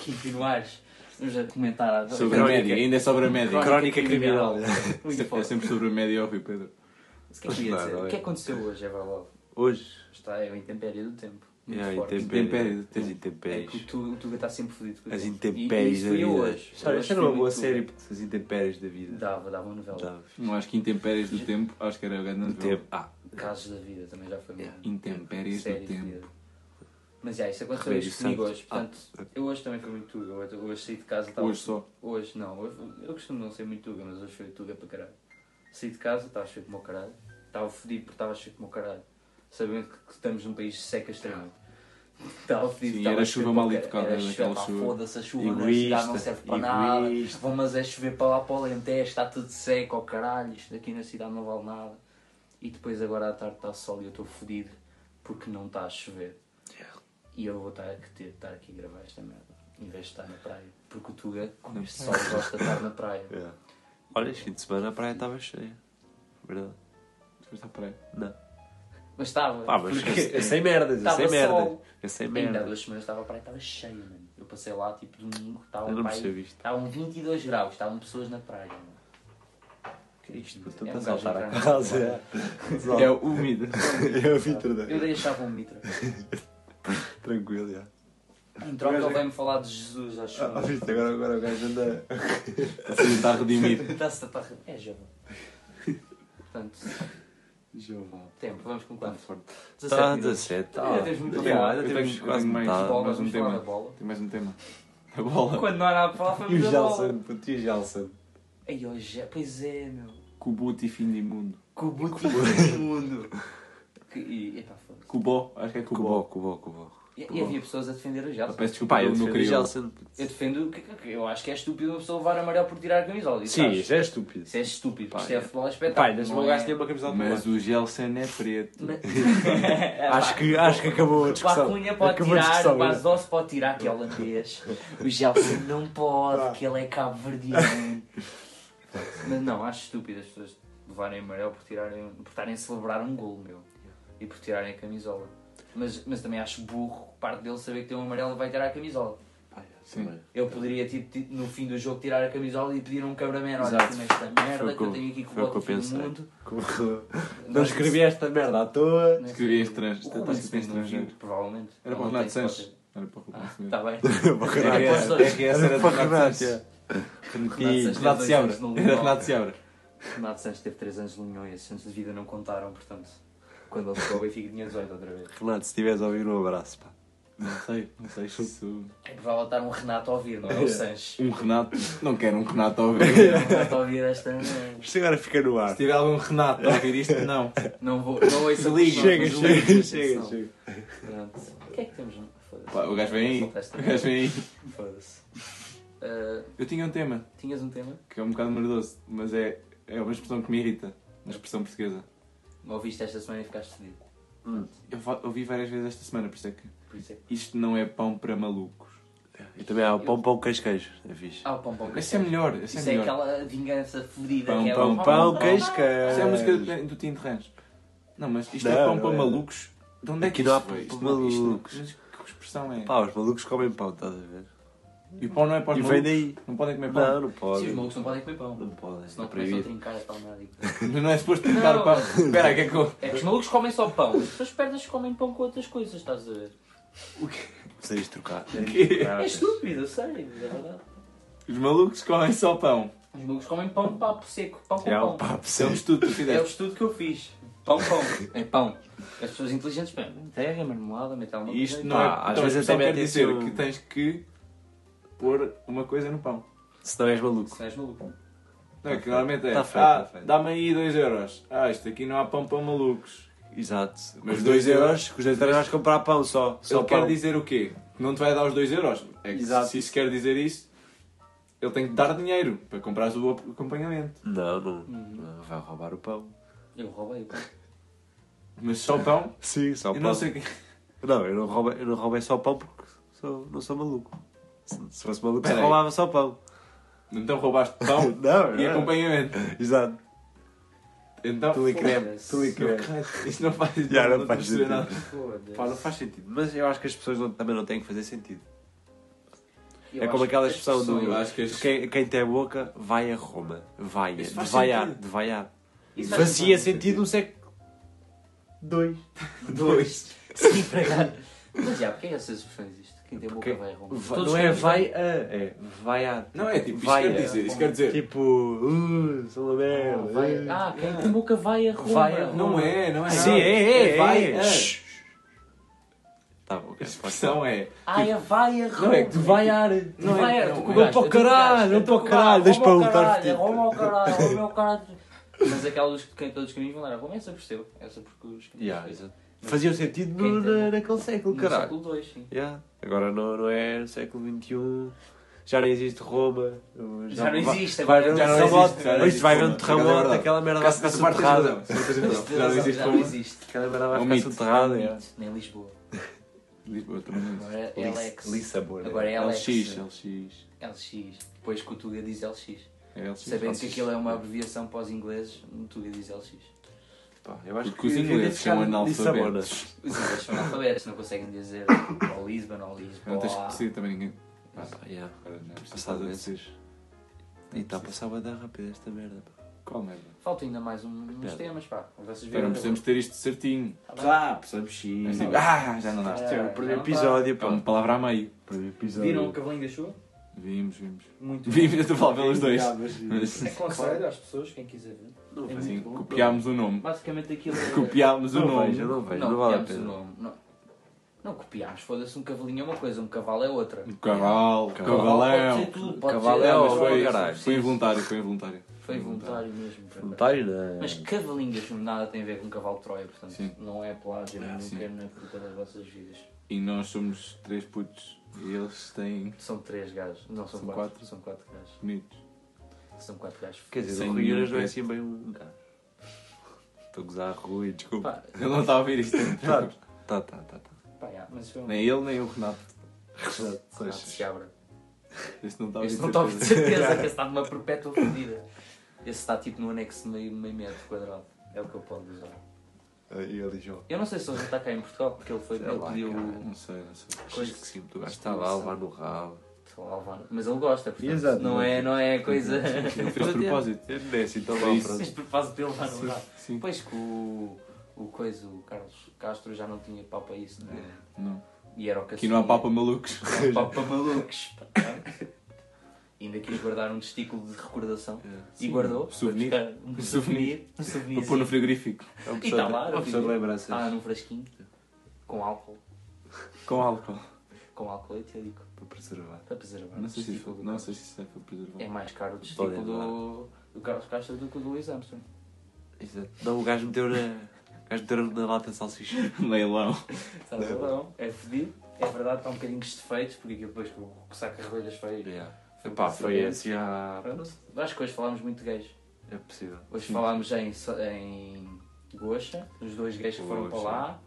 A: é-
C: Continuares. Vamos a comentar agora.
B: Sobre a média, ainda é sobre a média.
A: Crónica criminal.
C: Muito
B: É
C: forte.
B: sempre sobre a média, ó Rui Pedro.
C: Mas O que é que eu ia
A: Não,
C: dizer?
A: não é.
C: O que é que aconteceu hoje, é verdade?
A: Hoje.
C: Está é o intempério do tempo. Muito
A: Yeah,
C: forte.
A: intempério.
B: Intempério.
A: As
C: É que o
A: intempéries.
C: Tu- o Tuga está sempre fodido com
A: As
C: isso. E- e
A: intempéries
C: isso
A: da
C: fui eu
A: vida.
C: hoje.
A: Isso era-
C: Hoje
A: Isso era
C: fui
A: uma boa
C: muito
A: série,
C: bem.
A: puto, as intempéries da vida.
C: Dava, dava uma novela.
A: Dava.
B: Não acho que intempéries do tempo, acho que era o grande
A: O tempo. Ah,
C: Casos da vida também já foi muito.
B: Intempéries do
C: Séries de
B: tempo.
C: vida. Mas já, isso aconteceu
A: Remédio
C: hoje comigo
A: santo. Ah.
C: hoje. Portanto, eu hoje também fui muito Tuga. Hoje, hoje saí de casa estava.
B: Hoje só.
C: Hoje não, hoje, eu costumo não ser muito Tuga, mas hoje fui Tuga para caralho. Saí de casa, estava cheio como o caralho. Estava fodido porque estava cheio como o caralho. Sabendo que, que estamos num país de seca *laughs* extrema. Estava fodido.
B: Sim,
C: estava
B: era
C: cheio
B: chuva
C: como
B: mal
C: o caralho.
B: educada,
C: Era
B: era
C: chuva,
B: aquela
C: pá,
B: chuva.
C: foda-se, a chuva na
A: Egoísta,
C: cidade não serve para nada.
A: egoísta.
C: Vão, mas é chover para lá para o Alentejo, está tá tudo seco, ao caralho. Isto daqui na cidade não vale nada. E depois agora à tarde está sol e eu estou fodido porque não está a chover. E eu vou estar, que ter, estar aqui a gravar esta merda, em vez de estar na praia. Porque o Tuga, como este sol, gosta de estar na praia.
A: é. Olha, este fim de semana a praia estava cheia. Verdade.
B: Depois está para aí.
A: Não.
C: Mas estava.
A: Pá, mas é
C: porque
A: eu sei merdas, eu
C: Estava
A: sei merdas.
C: sol.
A: Eu sei
C: Ainda há
A: merdas.
C: duas semanas estava a praia, estava cheia, mano. Eu passei lá, tipo, domingo,
A: Eu não
C: estavam
A: percebo
C: praia,
A: isto.
C: estavam 22 graus, estavam pessoas na praia, mano.
A: O que é isto? puto?
C: É
A: Estou
C: um
A: a saltar
C: gajo
A: a
C: entrando.
A: casa.
B: É o
A: *laughs*
B: mito.
A: É o Vitor da.
C: Eu deixava um mitra.
A: Tranquilo, já.
C: Em troca, ele vai-me falar de Jesus, acho
A: Ah,
C: eu.
A: viste, agora, agora o gajo anda.
B: Está a *laughs* redimir.
C: Está-se a tarra. É jovem. Portanto, tempo, vamos com quanto? 17
A: Está
C: minutos.
A: 17.
C: Ainda tens muito a
A: Yeah,
C: falar.
A: Ah, ainda
B: Eu
A: temos
B: tenho- eu
A: quase
B: tenho mais-
A: metade.
C: Bola,
B: mais um
C: vamos
B: tema.
C: falar da bola.
B: Tem mais um tema. A bola.
C: Quando não há nada para falar,
A: E
C: vamos
A: o
C: da bola.
A: Jalson, puto, e o Jalson.
C: Ei, hoje é, pois é, meu.
B: Cubuto e fim de mundo.
C: Cubuto do mundo. Que- E, epá, foda-se.
B: Cubó, acho que é
A: Cubó, cubó,
B: Cubó.
A: cubó.
C: E, e havia pessoas a defender o Jalson.
B: Peço desculpa,
A: Pá, eu
B: eu não
A: defendo o
B: queria.
A: Jalson. puto.
C: Eu defendo, que, que- que eu acho que é estúpido uma pessoa levar amarelo por tirar a camisola. Isso
A: Sim,
C: acho.
A: isto é estúpido.
C: Isso é estúpido, isto é
A: é.
C: futebol é espetáculo.
A: Pai, deixa-me
C: não
A: o gajo
C: é-
A: ter uma camisola de
B: Mas o Gelsen é preto.
C: *laughs* É,
A: Acho que, acho que acabou a
C: O
A: discussão. É
C: Acunha pode
A: Acabou a
C: tirar,
A: discussão,
C: o Bazosso pode tirar, que é holandês. O Gelson
A: *laughs*
C: não pode, que ele é cabo-verdiano. Mas não, acho estúpido as pessoas levarem amarelo por, tirarem, por estarem a celebrar um gol, meu. E por tirarem a camisola. Mas, mas também acho burro parte dele saber que tem um amarelo e vai tirar a camisola.
A: Pá, já,
B: Sim.
A: também.
C: Eu poderia, tipo, ti- no fim do jogo, tirar a camisola e pedir a um cameraman: olha,
A: Exato.
C: como esta merda
A: Foi o
C: que eu
A: que-
C: tenho aqui com
A: foi
C: o
A: o que eu
C: outro do
A: pensei.
C: mundo.
A: Como- Não
C: Nós-
A: escrevi esta merda à toa.
B: Escrevi em estrangeiro.
C: O Rubens
B: Está escrito em
C: não viu,
B: estrangeiro.
C: provavelmente.
B: Era para o
C: Não
B: Renato
C: tem Ah,
B: Sanches.
C: foto.
B: Era para o Renato Sanches.
C: Está Tá bem.
A: Para
C: Era para os dois.
B: É que essa era do
A: Para
B: Renato
A: Renato, é.
B: Sanches.
C: Renato
B: E
C: Sanches
B: Renato
C: tem dois
B: Seabra.
C: anos no
B: Era
C: Lyon.
B: Renato Seabra.
C: Renato Sanches teve 3 anos de linhão e esses anos de vida não contaram, portanto. Quando ele ficou ao Benfica tinha 18 outra vez.
A: Renato, se estiveres a ouvir, um abraço. Pá.
B: Não sei, não sei se isso...
C: É provável estar um Renato a ouvir, não é
B: *laughs*
C: o Sanches.
B: Um Renato... Não quero um Renato a *laughs*
C: Um
B: ouvir.
C: Renato a ouvir esta merda.
A: Isto agora fica no
B: Se
A: ar.
B: tiver algum Renato a ouvir isto, não.
C: Não vou, não ouço a
B: Desliga,
C: pessoa,
A: Chega,
C: mas
A: chega,
C: ligo.
A: chega,
C: Não.
A: chega.
C: Pronto. O que é que temos? no- Foda-se.
B: Pá, O gajo vem aí. O gajo vem aí.
C: Foda-se. Ah,
B: Eu tinha um tema.
C: tinhas um tema?
B: que é um bocado merdoso, mas é, é uma expressão que me irrita, uma expressão portuguesa.
C: Ouviste esta semana e ficaste fedido.
B: Eu fa- ouvi várias vezes esta semana, por isso é que
C: Por isso é que
B: isto não é pão para malucos.
A: E também há o pão, pão, queijo, queijo. É fixe.
C: Ah, o pão, pão,
B: Esse é melhor, esse é
C: Isso é
B: melhor.
C: aquela vingança fodida.
B: Pão,
C: que é o
B: pão,
A: Pão, pão, queijo,
B: Isso é a música
A: queijo.
B: do, do Tim Terrans. Não, mas isto
A: Não,
B: é pão
A: não
B: para
A: é.
B: malucos. De onde é que
A: Aqui não há
B: isto
A: pão
B: veio?
A: para
B: Isto não- isto não-
A: malucos.
B: Mas que expressão é?
A: Pá, os malucos comem pão, estás a ver?
B: E o pão não é para os
A: E vem
B: malucos?
A: daí.
B: Não podem comer
A: Não, *laughs*
B: pão.
A: não
C: Sim, os
A: podem.
C: malucos não podem comer pão.
A: Não podem.
C: Senão
A: É
C: começam a
A: proibido.
C: trincar a palmada. e-
B: Não, é suposto pintar
A: *laughs*
C: Não.
B: pão. Espera, que é que eu...
C: É que os malucos comem só pão. As pessoas perdas comem pão com outras coisas, estás a ver?
A: Precisas trocar. *laughs*
C: É estúpido, eu sei, é verdade.
B: Os malucos comem só pão.
C: Os malucos comem pão papo seco, pão com
A: É um
C: pão.
A: papo
B: Isso é um
A: sério.
B: estudo que tu
C: É o
B: fizeste.
C: estudo que eu fiz. Pão, pão. É pão. As pessoas inteligentes, bem, terra, marmelada, mete alguma
B: E isto
C: coisa.
B: não
A: Pá,
B: é...
A: às
B: Então,
A: vezes
B: isto só
A: até
B: quer
A: metem
B: dizer
A: assim um-
B: que tens que pôr uma coisa no pão.
A: Se não és maluco.
C: Se não és maluco.
B: Não, é que normalmente é...
A: Tá feito, tá
B: ah,
A: feito.
B: dá-me aí 2 euros. Ah, isto aqui não há pão para malucos.
A: Exato. Com
B: Mas
A: os
B: dois
A: 2 euros, com os 2 euros vais comprar pão só. Só
B: ele
A: pão.
B: quer dizer o quê? Não te vai dar os 2 euros? É que
A: Exato.
B: se isso quer dizer isso, ele tem que dar dinheiro para comprar o ap- acompanhamento.
A: Não, não.
C: Uhum.
A: não, Vai roubar o pão.
C: Eu roubei o pão.
B: Mas só pão?
A: Sim, só
B: Eu não sei o é. quê.
A: Não, eu não roubo, eu não roubo é só pão porque sou- não sou maluco. Se, se fosse maluco,
B: Pera
A: só
B: aí.
A: roubava só pão.
B: Então roubaste pão
A: *laughs* Não,
B: e
A: não.
B: acompanhamento.
A: Exato.
B: Então,
A: Tu e creme.
C: Foda-se.
A: Tu e
B: Não,
A: creme.
B: cara, Isto não faz
A: Já, não
B: estou a
A: faz
B: perceber
A: sentido.
B: nada.
C: Foda-se.
B: Pá, não faz sentido.
A: Mas eu acho que as pessoas não- também não têm que fazer sentido.
C: Eu
A: é como
C: acho
A: aquela
C: que as
A: expressão do.
B: Eu acho que as-
A: de Quem, quem tem boca vai a Roma. Vai.
B: Isso faz
A: De vaiar.
B: sentido.
A: De vaiar.
C: Isso faz
A: Fazia
B: sentido.
A: sentido no século. *laughs* Dois.
B: Dois.
C: Sim,
A: *laughs*
C: para cá. *laughs* Mas já, porque é que essas expressões isto? Quem tem boca
A: Porque
C: vai arrumar.
A: va- não é vai a. É vaiar.
B: um. Não é tipo, isto
A: Vai,
B: quer
A: é,
B: dizer, Oh, isto quer dizer.
A: Tipo. Uh, sou uma merda.
C: Vai,
A: uh.
C: ah, quem tem boca vai arrumar.
A: Vai a-
B: não é, não é.
A: Sim,
B: nada.
A: é, é, é.
B: Vai,
A: é.
B: a
A: Shhh. Tá bom,
B: A
A: ok.
B: expressão é.
C: Ah, é vai arrumar.
B: Não, é que tu vai
C: ar.
B: Não
C: Não
B: é-
C: vai ar.
B: não,
C: tu
B: é.
C: cagaste,
A: Vou para
C: tu
A: o caralho,
C: cagaste,
A: vou para o
C: tu
A: caralho, deixa
C: arruma o
A: para um estar
C: caralho,
A: vestido.
C: Arruma o caralho, arruma
A: *laughs*
C: o caralho. Mas aquela dos que todos os caminhos vão dar. Arruma essa percebeu. Essa porque os caminhos.
A: Yeah, exato. Fazia sentido no,
C: Quem tem-
A: na, naquele século,
C: No
A: caralho.
C: século II, sim.
A: Yeah. Agora não, não é no século XXI. Já não existe Roma.
C: Já não existe, é
A: Vai haver
C: agora
A: um
B: já não
A: terremoto.
B: existe, já não
A: Isto vai haver um
B: existe Roma. Por acaso
A: terremoto.
B: é verdade.
A: Aquela merda vai
B: Caso
A: ficar
B: dessa parte tens
A: soterrada.
B: razão. Essa parte tens
C: Mas
B: razão. Já não existe
C: já
B: como.
C: não existe.
A: Aquela merda
B: É um
A: vai ficar
B: mito.
A: soterrada.
B: É um
A: yeah.
C: Nem Lisboa.
B: Lisboa também.
C: Agora é
A: Lis-
C: LX.
A: Lissabona.
C: Agora é LX.
B: LX, LX.
C: LX. Depois que o Tuga diz LX.
B: É LX.
C: Sabendo que
B: LX.
C: aquilo é uma abreviação para os ingleses, o Tuga diz LX.
A: Pá, eu acho
B: Porque os
A: que
B: ingleses
A: devia ficar
B: são analfabetos.
A: Lissabona.
C: Os ingleses são analfabetos, não conseguem dizer ou Lisbon ou Lisboa.
B: Não tens que perceber também ninguém.
A: Ah, pá, yeah.
B: Agora já é
A: Passado
B: preciso.
A: meses. E tá está a passar a dar rápido esta merda. pá.
B: Qual merda?
C: Falta ainda mais um- uns
A: Espera.
C: temas, pá.
B: Então
C: Vocês
B: não
C: viram? Tá
B: precisamos ter isto certinho.
A: Ah, precisamos sim.
B: É tipo, ah, já não dá.
A: Isto é o primeiro
C: não dá.
A: episódio,
B: É
A: pá. um
B: uma palavra a meio.
A: Primeiro episódio.
C: Viram o Cavalinho da Chuva?
B: Vimos, vimos.
C: Muito
B: Vimos, eu estou a falar pelos dois. Mas,
C: Aconselho às pessoas, quem quiser ver. É
B: assim,
C: muito bom.
B: copiámos o nome.
C: Basicamente aquilo é...
B: Copiámos o
A: Não
B: nome.
A: vejo, não vejo,
C: Não, um
A: não vale a
C: copiámos o
A: pena.
C: nome. Não, não copiámos, foda-se, um cavalinho é uma coisa, um cavalo é outra.
B: Um Cavalo,
C: Pode
B: cavalão.
C: ser tudo, pode
A: Cavalo
C: ser...
A: é
B: Ah,
A: o-
B: mas foi,
A: caralho.
B: foi involuntário, foi involuntário.
C: Foi voluntário mesmo. por
A: Não
C: acaso.
A: estás na...
C: Mas cavalinhas nada tem a ver com cavalo de Troia, portanto
B: é um- Sim.
C: não é plágio,
B: Ah,
C: não
B: sim.
C: quero na puta das vossas vidas.
B: E nós somos três putos e eles têm
C: São três gajos, não são,
B: São
C: quatro.
B: quatro.
C: são quatro gajos.
B: bonitos.
C: São quatro gajos.
A: Quer dizer,
B: Sem
A: o Rui Unas
B: nenhum
A: não é
B: peso.
A: assim bem um gajo. Estou a gozar, Rui, desculpa.
C: Pá,
B: Ele não está a ouvir *laughs* isto.
A: Tá, tá, tá, tá. tá.
C: pá, já, mas foi um.
B: Nem ele, nem o Renato.
C: Renato Seabra.
B: Este não está a ouvir.
C: Este não está
B: *laughs*
C: de
B: certeza.
C: certeza, que esse está numa perpétua fodida. Esse está tipo no anexo de meio, meio metro quadrado. É o que eu posso dizer.
A: E ali joga.
C: Eu não sei se ele já está cá em Portugal, porque ele foi.
A: Sei
C: Ele
A: lá,
C: pediu.
A: cara.
B: Não sei, não sei.
A: Coisa que sim, tu gajo está lá a levar no rabo.
C: sei lá, levar- Mas ele gosta, portanto.
A: Exato.
C: Não é, não é coisa. *laughs*
B: Ele fez de propósito.
A: Não é assim tão
B: É
A: mal,
B: isso.
A: pronto.
C: Mas por causa dele lá no rabo.
B: Sim.
C: Pois que o, o coisa, o Carlos Castro já não tinha papo a isso, não é?
B: Não.
C: E era o que
B: Aqui não é. há
C: assumia.
B: papa malucos.
C: Não há papa malucos. pá. Ainda quis guardar um testículo de recordação. E
B: Sim,
C: guardou.
B: um souvenir.
C: Para ficar Um souvenir. Um
B: Para pôr no
C: souvenir.
B: frigorífico.
A: É uma
C: E está
A: pessoa
C: lá.
A: de- uma pessoa de lembranças.
C: Ah, num frasquinho. Com álcool.
B: Com álcool.
C: Com álcool etílico.
A: Para preservar.
C: Para preservar.
B: Não sei se
C: testículo
B: isso
C: do
B: não
C: Carlos.
B: sei se isso é para preservar.
C: É mais caro o testículo do, do Carlos Castro do que o do Luís Armstrong.
A: Exato. Não, o gajo meteu na... O gajo meteu na lata de salsicha.
B: *laughs* Leilão.
C: Sabe, não, é fedido. É verdade, está um bocadinho com estes defeitos, porque aquilo depois que o que saca as rolhas foi.
B: É.
A: Yeah. Epá, foi assim há...
C: Pronto. Acho que hoje falámos muito gays.
A: É possível.
C: Hoje falámos já em, so- em Goxa, nos dois gays que foram para
A: Goxa.
C: lá.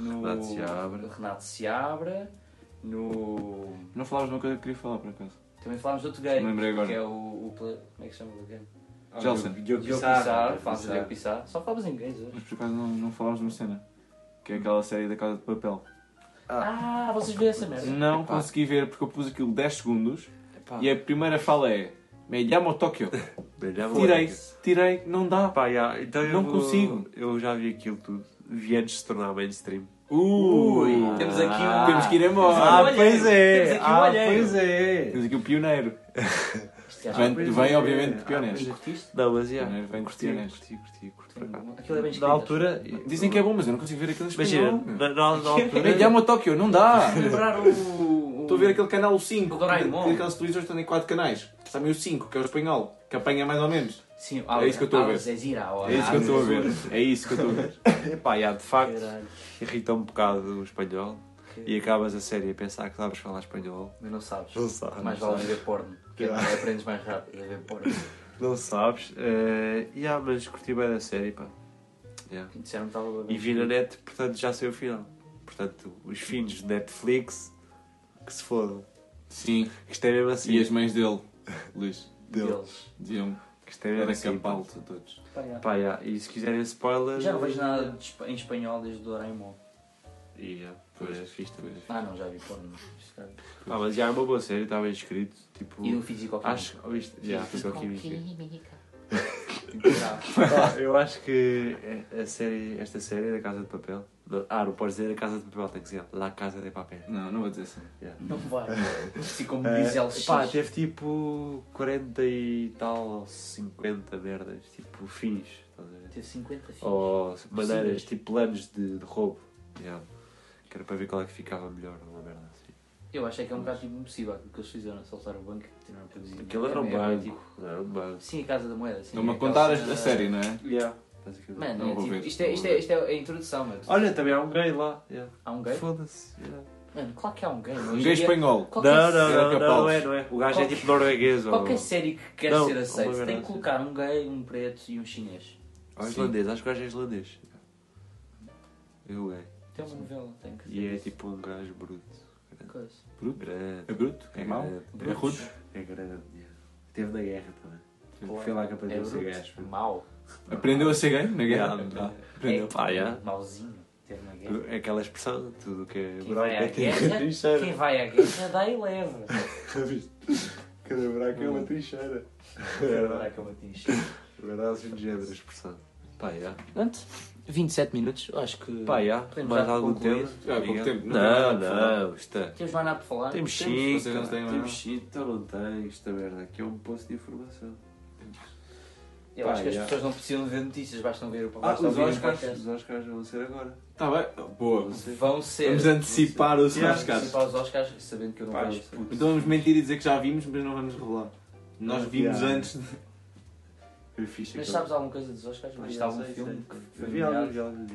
C: No
A: Renato Seabra.
C: Renato Seabra, No.
B: Não falavas de uma coisa que eu queria falar, por acaso.
C: Também falámos de outro game.
B: Me lembrei agora.
C: Que é o. o pla- como é que se chama o game?
B: Gelson.
E: Diogo
C: Diogo
E: Pissarro.
C: Pissarro. Falámos de Diogo Pissarro. Só falámos em gays hoje.
B: Mas por acaso não, não falavas de uma cena. Que é aquela série da Casa de Papel.
C: Ah, vocês viram essa merda?
B: Não
A: Epá.
B: consegui ver porque eu pus aquilo 10 segundos
A: Epá,
B: e a primeira fala é Me llamo *laughs* Tóquio.
A: brilhava
B: Tirei,
A: muito.
B: tirei, não dá.
A: Pá, já, então eu
B: Não
A: vou-
B: consigo.
A: Eu já vi aquilo tudo. Vi antes de se tornar mainstream.
B: Ui,
C: temos aqui um-
B: Temos que ir embora.
C: Ah, Olha, pois é. temos aqui um Ah, olheiro. pois
A: é.
B: Temos aqui o pioneiro.
C: Isto já-
B: vem,
A: pois
B: vem,
A: é.
B: obviamente, de
A: Ah,
B: pioneiros.
A: pois
C: Curtiste?
A: Não, mas já.
B: Pioneiro vem de
A: Curti,
B: pioneiros.
A: curti, curti, curti por acaso.
C: Aquilo é bem escrito.
E: Da altura.
B: Dizem que é bom, mas eu não consigo ver aquele
A: Imagina,
B: espanhol.
A: na, na- na *laughs* altura.
B: Me
C: é
B: llamo Tóquio, não dá.
C: Lembrar o. o-
B: Estou a ver aquele canal 5.
C: O Doraemon.
B: Tem aqueles televisores que têm 4 canais. Sabem o 5, que é o espanhol, que apanha mais ou menos.
C: Sim,
B: É isso que eu estou a ver.
C: É
B: É isso que eu estou a ver. É isso que eu estou a ver.
A: Epá, já, de facto, irrita um bocado o espanhol. E acabas a série a pensar que sabes falar espanhol.
C: Mas não sabes.
A: Não sabes.
C: Mais vale ver porno. Que é que aprendes mais rápido a ver porno.
A: Não sabes. eh, já, mas curti bem da série, pá. Já.
C: Disseram que estava bem.
A: E vi na net, portanto já sei o final. Portanto, os fins de Netflix que se fodam.
B: Sim.
A: Isto é mesmo assim.
B: E as mães dele, Luís,
C: deles.
B: diziam
A: Isto é mesmo
B: era
A: assim. pá.
B: campal a todos.
C: Pá, já.
A: Pá, já, E se quiserem spoilers.
C: Já não vejo nada de espa- em espanhol desde o Doraemon.
A: E, já, pois, é fixe também.
C: Ah, não, já vi porno.
A: Pá, mas já é uma boa série, está bem escrito. Tipo,
C: E o físico
A: acho que. oh, Isto, já, ficou aqui
C: Bravo.
A: Pá, *laughs* Eu acho que a a série, esta série é da Casa de Papel. Não- Ah, não podes dizer a Casa de Papel, tem que ser La Casa de Papel.
B: Não, não vou dizer assim.
C: *laughs* Não *laughs* vai. Assim como
A: Eh,
C: diz LX.
A: pá, teve tipo 40 e tal, ou 50 merdas, tipo fins, estás a ver?
C: Teve 50 filhos.
A: Ou maneiras, tipo planos de, de roubo. Yeah. Que era para ver qual é que ficava melhor, uma merda assim.
C: Eu achei que é um bocado tipo, impossível aquilo que eles fizeram, soltar o banco e tirar a produzir.
A: Aquilo era um
C: É meio,
A: banco,
C: tipo,
A: não era um banco.
C: Sim, a Casa da Moeda. sim, é
B: Estão-me a
C: aquela
B: contar a,
C: cena-
B: a série, não é?
A: Yeah. basicamente.
C: Mano,
B: Não
C: é
B: vou
C: tipo,
B: ver.
C: isto, é, isto, é, isto é a introdução, mano.
A: Olha, também há um gay lá. yeah.
C: Há um gay?
A: Foda-se. yeah.
C: Mano, claro que há um gay.
B: Um gay espanhol.
A: Não,
C: Qualquer,
A: não,
B: Era
A: não, não,
B: capaz.
A: não é, não é. O gajo é
C: Qualquer-
A: tipo norueguês ou...
C: qualquer série que é quer
A: Não,
C: ser
A: uma
C: aceita
A: verdade.
C: tem que colocar um gay, um preto e um chinês.
A: ou
B: Sim.
A: islandês, acho que o gajo é islandês. Eu é. gay.
C: Tem uma novela, tem que ser.
A: E é tipo um gajo bruto.
C: Coisa.
B: Bruto?
A: Grande.
B: É bruto? É mau?
A: grande.
B: É rude?
A: É grande. Esteve na guerra também.
C: Claro.
A: Foi lá que
C: É
A: aprendeu a ser gajo.
C: bruto, mau.
B: Aprendeu a ser gay na guerra?
A: Yeah.
B: Ah, Aprendeu.
C: É,
A: Pá, já.
C: Mauzinho. Ter uma guerra.
A: Tu- É Aquela expressão, tudo o que é
C: Quem vai à
A: é *laughs* tipo
C: guerra, quem vai à guerra dá e leva.
A: *laughs* Cada buraco é uma trincheira. É
C: Será que eu atingi?
A: Verdade, assim de género, a expressão. Pá, já.
C: Pronto, 27 minutos, acho que.
A: Pá, já.
C: Podemos
A: Mais
C: dar
A: algum
C: concluído.
A: tempo?
B: Já há pouco
A: Miguel?
B: tempo, não tem nada
A: Não,
B: a falar.
A: não, está.
C: Temos mais nada para falar?
A: Temos
B: Temos,
A: chique,
B: vocês não têm
A: cara,
B: nada.
A: temos chique, então não tens esta merda. Aqui é um posto de informação.
C: Eu
A: Pá,
C: acho que as
A: já.
C: pessoas não precisam ver notícias, bastam ver o
A: Ah,
C: basta
A: os
C: ouvir um
A: Oscars,
C: podcast.
A: os Oscars vão ser agora.
B: Tá bem. Boa.
C: Vão ser.
B: Vamos antecipar os
A: Yeah.
B: rascados.
C: Antecipar os Oscars, sabendo que eu não
A: Pá,
C: vejo.
A: puto.
B: Então vamos mentir e dizer que já vimos, mas não vamos revelar. Nós
A: Ah,
B: vimos
A: yeah.
B: antes. de-
A: Eu fiz
C: Mas
A: aquele-
C: sabes alguma coisa dos Oscars?
A: Pá,
C: Viste
A: já
C: algum
A: sei,
C: filme
A: sei.
C: que foi
A: Eu vi algum,
C: nomeado?
A: vi algum, já.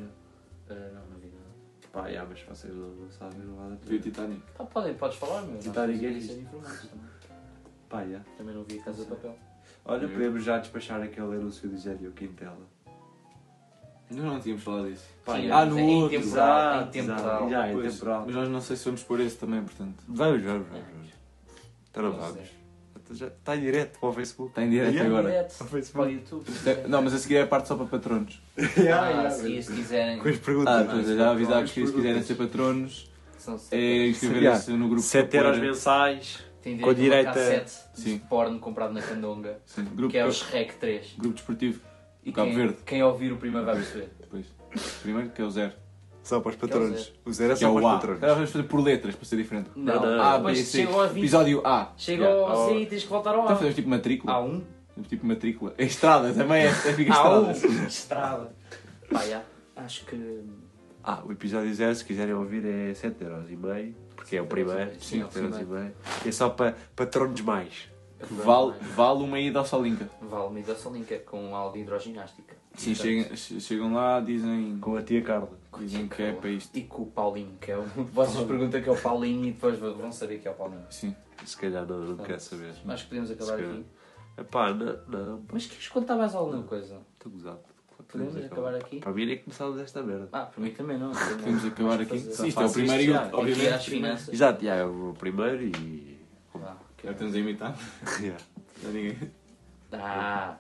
C: Ah, Não, não vi nada.
A: Pá, já, mas vocês não, não sabem, não vale a
B: Foi o
A: pena.
B: Titanic.
C: Pá, podem, podes falar, meu.
A: Tentar
C: Nós
A: ninguém
C: temos
A: diz.
C: que ser informados também.
A: Pá, já.
C: é Também não vi a Casa de Papel.
A: Olha,
B: Eu-
A: podemos já despachar aquele anúncio do Gério Quintela.
B: Nós não tínhamos falado disso.
A: Pá,
C: Sim,
A: já.
B: ah, no
C: em
B: outro.
C: Temporal, em
A: Exato, exato.
C: temporal.
A: Já, é
B: Pois,
A: temporal.
B: Mas nós não sei se vamos pôr esse também, portanto.
A: Vamos, vamos, vamos. vamos. Então não
C: Não
A: vamos. Está tá em direto para o Facebook.
B: Está em direto
A: Yeah.
B: agora.
C: Direto, para o
A: *laughs*
C: YouTube. se quiser.
B: Não, mas a seguir é a parte só para patronos.
C: Ah, se se quiserem.
A: Com as
B: Ah,
A: perguntas.
B: pois eu já avisámos que se quiserem ser patronos,
C: São
B: é inscreverem-se no grupo
A: 7 euros
B: capoeira.
A: mensais.
C: Tem direito
A: Com
C: a
A: direito
C: uma
A: a-
C: cassete
B: Sim.
C: de porno comprado na Candonga,
B: Sim, grupo,
C: que é o Shrek 3.
B: grupo desportivo.
C: E
B: Cabo
C: quem, é?
B: Verde.
C: quem ouvir o primeiro vai perceber.
B: Pois. Primeiro que é o zero.
A: Só para os
C: patronos.
A: O zero
B: Que é o A. Agora vamos fazer por letras para ser diferente.
C: Não,
A: Não, não.
B: A, B,
C: depois
B: C.
C: chegou a Ah. 20.
B: Episódio A.
C: Chegou
B: Yeah.
C: a Z e tens que voltar ao
B: Então
C: A.
B: fazemos tipo matrícula.
C: A1,
B: Fazemos Tipo matrícula. É estrada também é. é
C: Ah,
B: fica estradas.
C: A1, estrada. Pá, já. Acho que.
A: Ah, o episódio 0, se quiserem ouvir, é 7,5€, porque é o primeiro.
C: Sim, é o
A: 7,5€. É só para patronos mais.
B: Que vale, vale uma ida ao Salinca.
C: Vale uma idação linka é com algo de hidroginástica.
B: Sim,
C: Portanto,
B: chegam, che- chegam lá, dizem.
A: Com a tia Carla.
B: Dizem que é para isto.
C: E com o Paulinho, que é o. *laughs* Vocês perguntam que é o Paulinho e depois vão saber que é o Paulinho.
B: Sim.
A: Se calhar não, não quer saber.
C: Acho que podemos acabar
A: Se calhar.
C: aqui.
A: Epá, não, não, pá,
C: Mas queres contar mais alguma coisa?
A: estou gozado. pá,
C: Podemos acabar aqui?
A: Para mim nem é começámos esta merda.
C: Ah, para mim também não.
B: Podemos acabar aqui.
C: Fazer.
B: Sim, isto é
A: Faço
B: o
A: isto
B: primeiro e
A: já.
B: último,
C: Tem que ir às
B: obviamente.
C: finanças.
A: Exato, já, é o primeiro e. *laughs*
C: Vá, que-
B: Já estamos a imitar.
A: já.
B: Já ninguém.
C: Ah,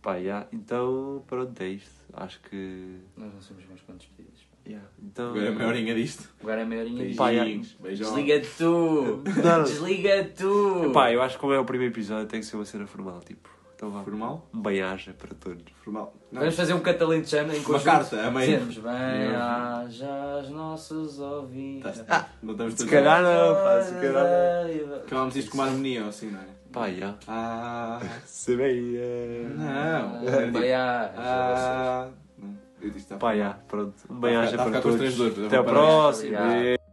A: Pá, já. Então, pronto, é isto. Acho que.
C: nós não somos bons com despedidas. pá.
A: já. Então.
B: Agora é a maiorinha disto.
C: Agora é a maiorinha de
A: Pá, já.
B: Beijinhos. Beijão.
C: Desliga tu!
A: Não.
C: Desliga tu!
A: Pá, eu acho que como é o primeiro episódio tem que ser uma cena formal, tipo. Então vá.
B: Formal?
A: Um bem-aja para todos.
B: Formal. Não.
C: Vamos fazer um catalentejano em
B: Uma
C: conjunto.
B: carta, a meio.
C: Dizemos bem haja os nossos ouvintes.
B: Ah, não estamos
A: Se
B: todos.
A: calhar não, pá, se calhar.
B: Acabámos isto com uma harmonia, ou assim, não é?
A: Pá, já.
B: Ah.
A: Se bem. eh,
B: Não.
C: Bem
B: Era tipo,
C: haja.
B: Ah. Não. Eu disse, tá
A: Pá, já. Pronto. Um bem-aja
B: Tá a
A: para
B: ficar com os
A: todos.
B: três dores, mas
A: Até
B: é
A: a
B: um parabéns.
A: próxima.
C: Já.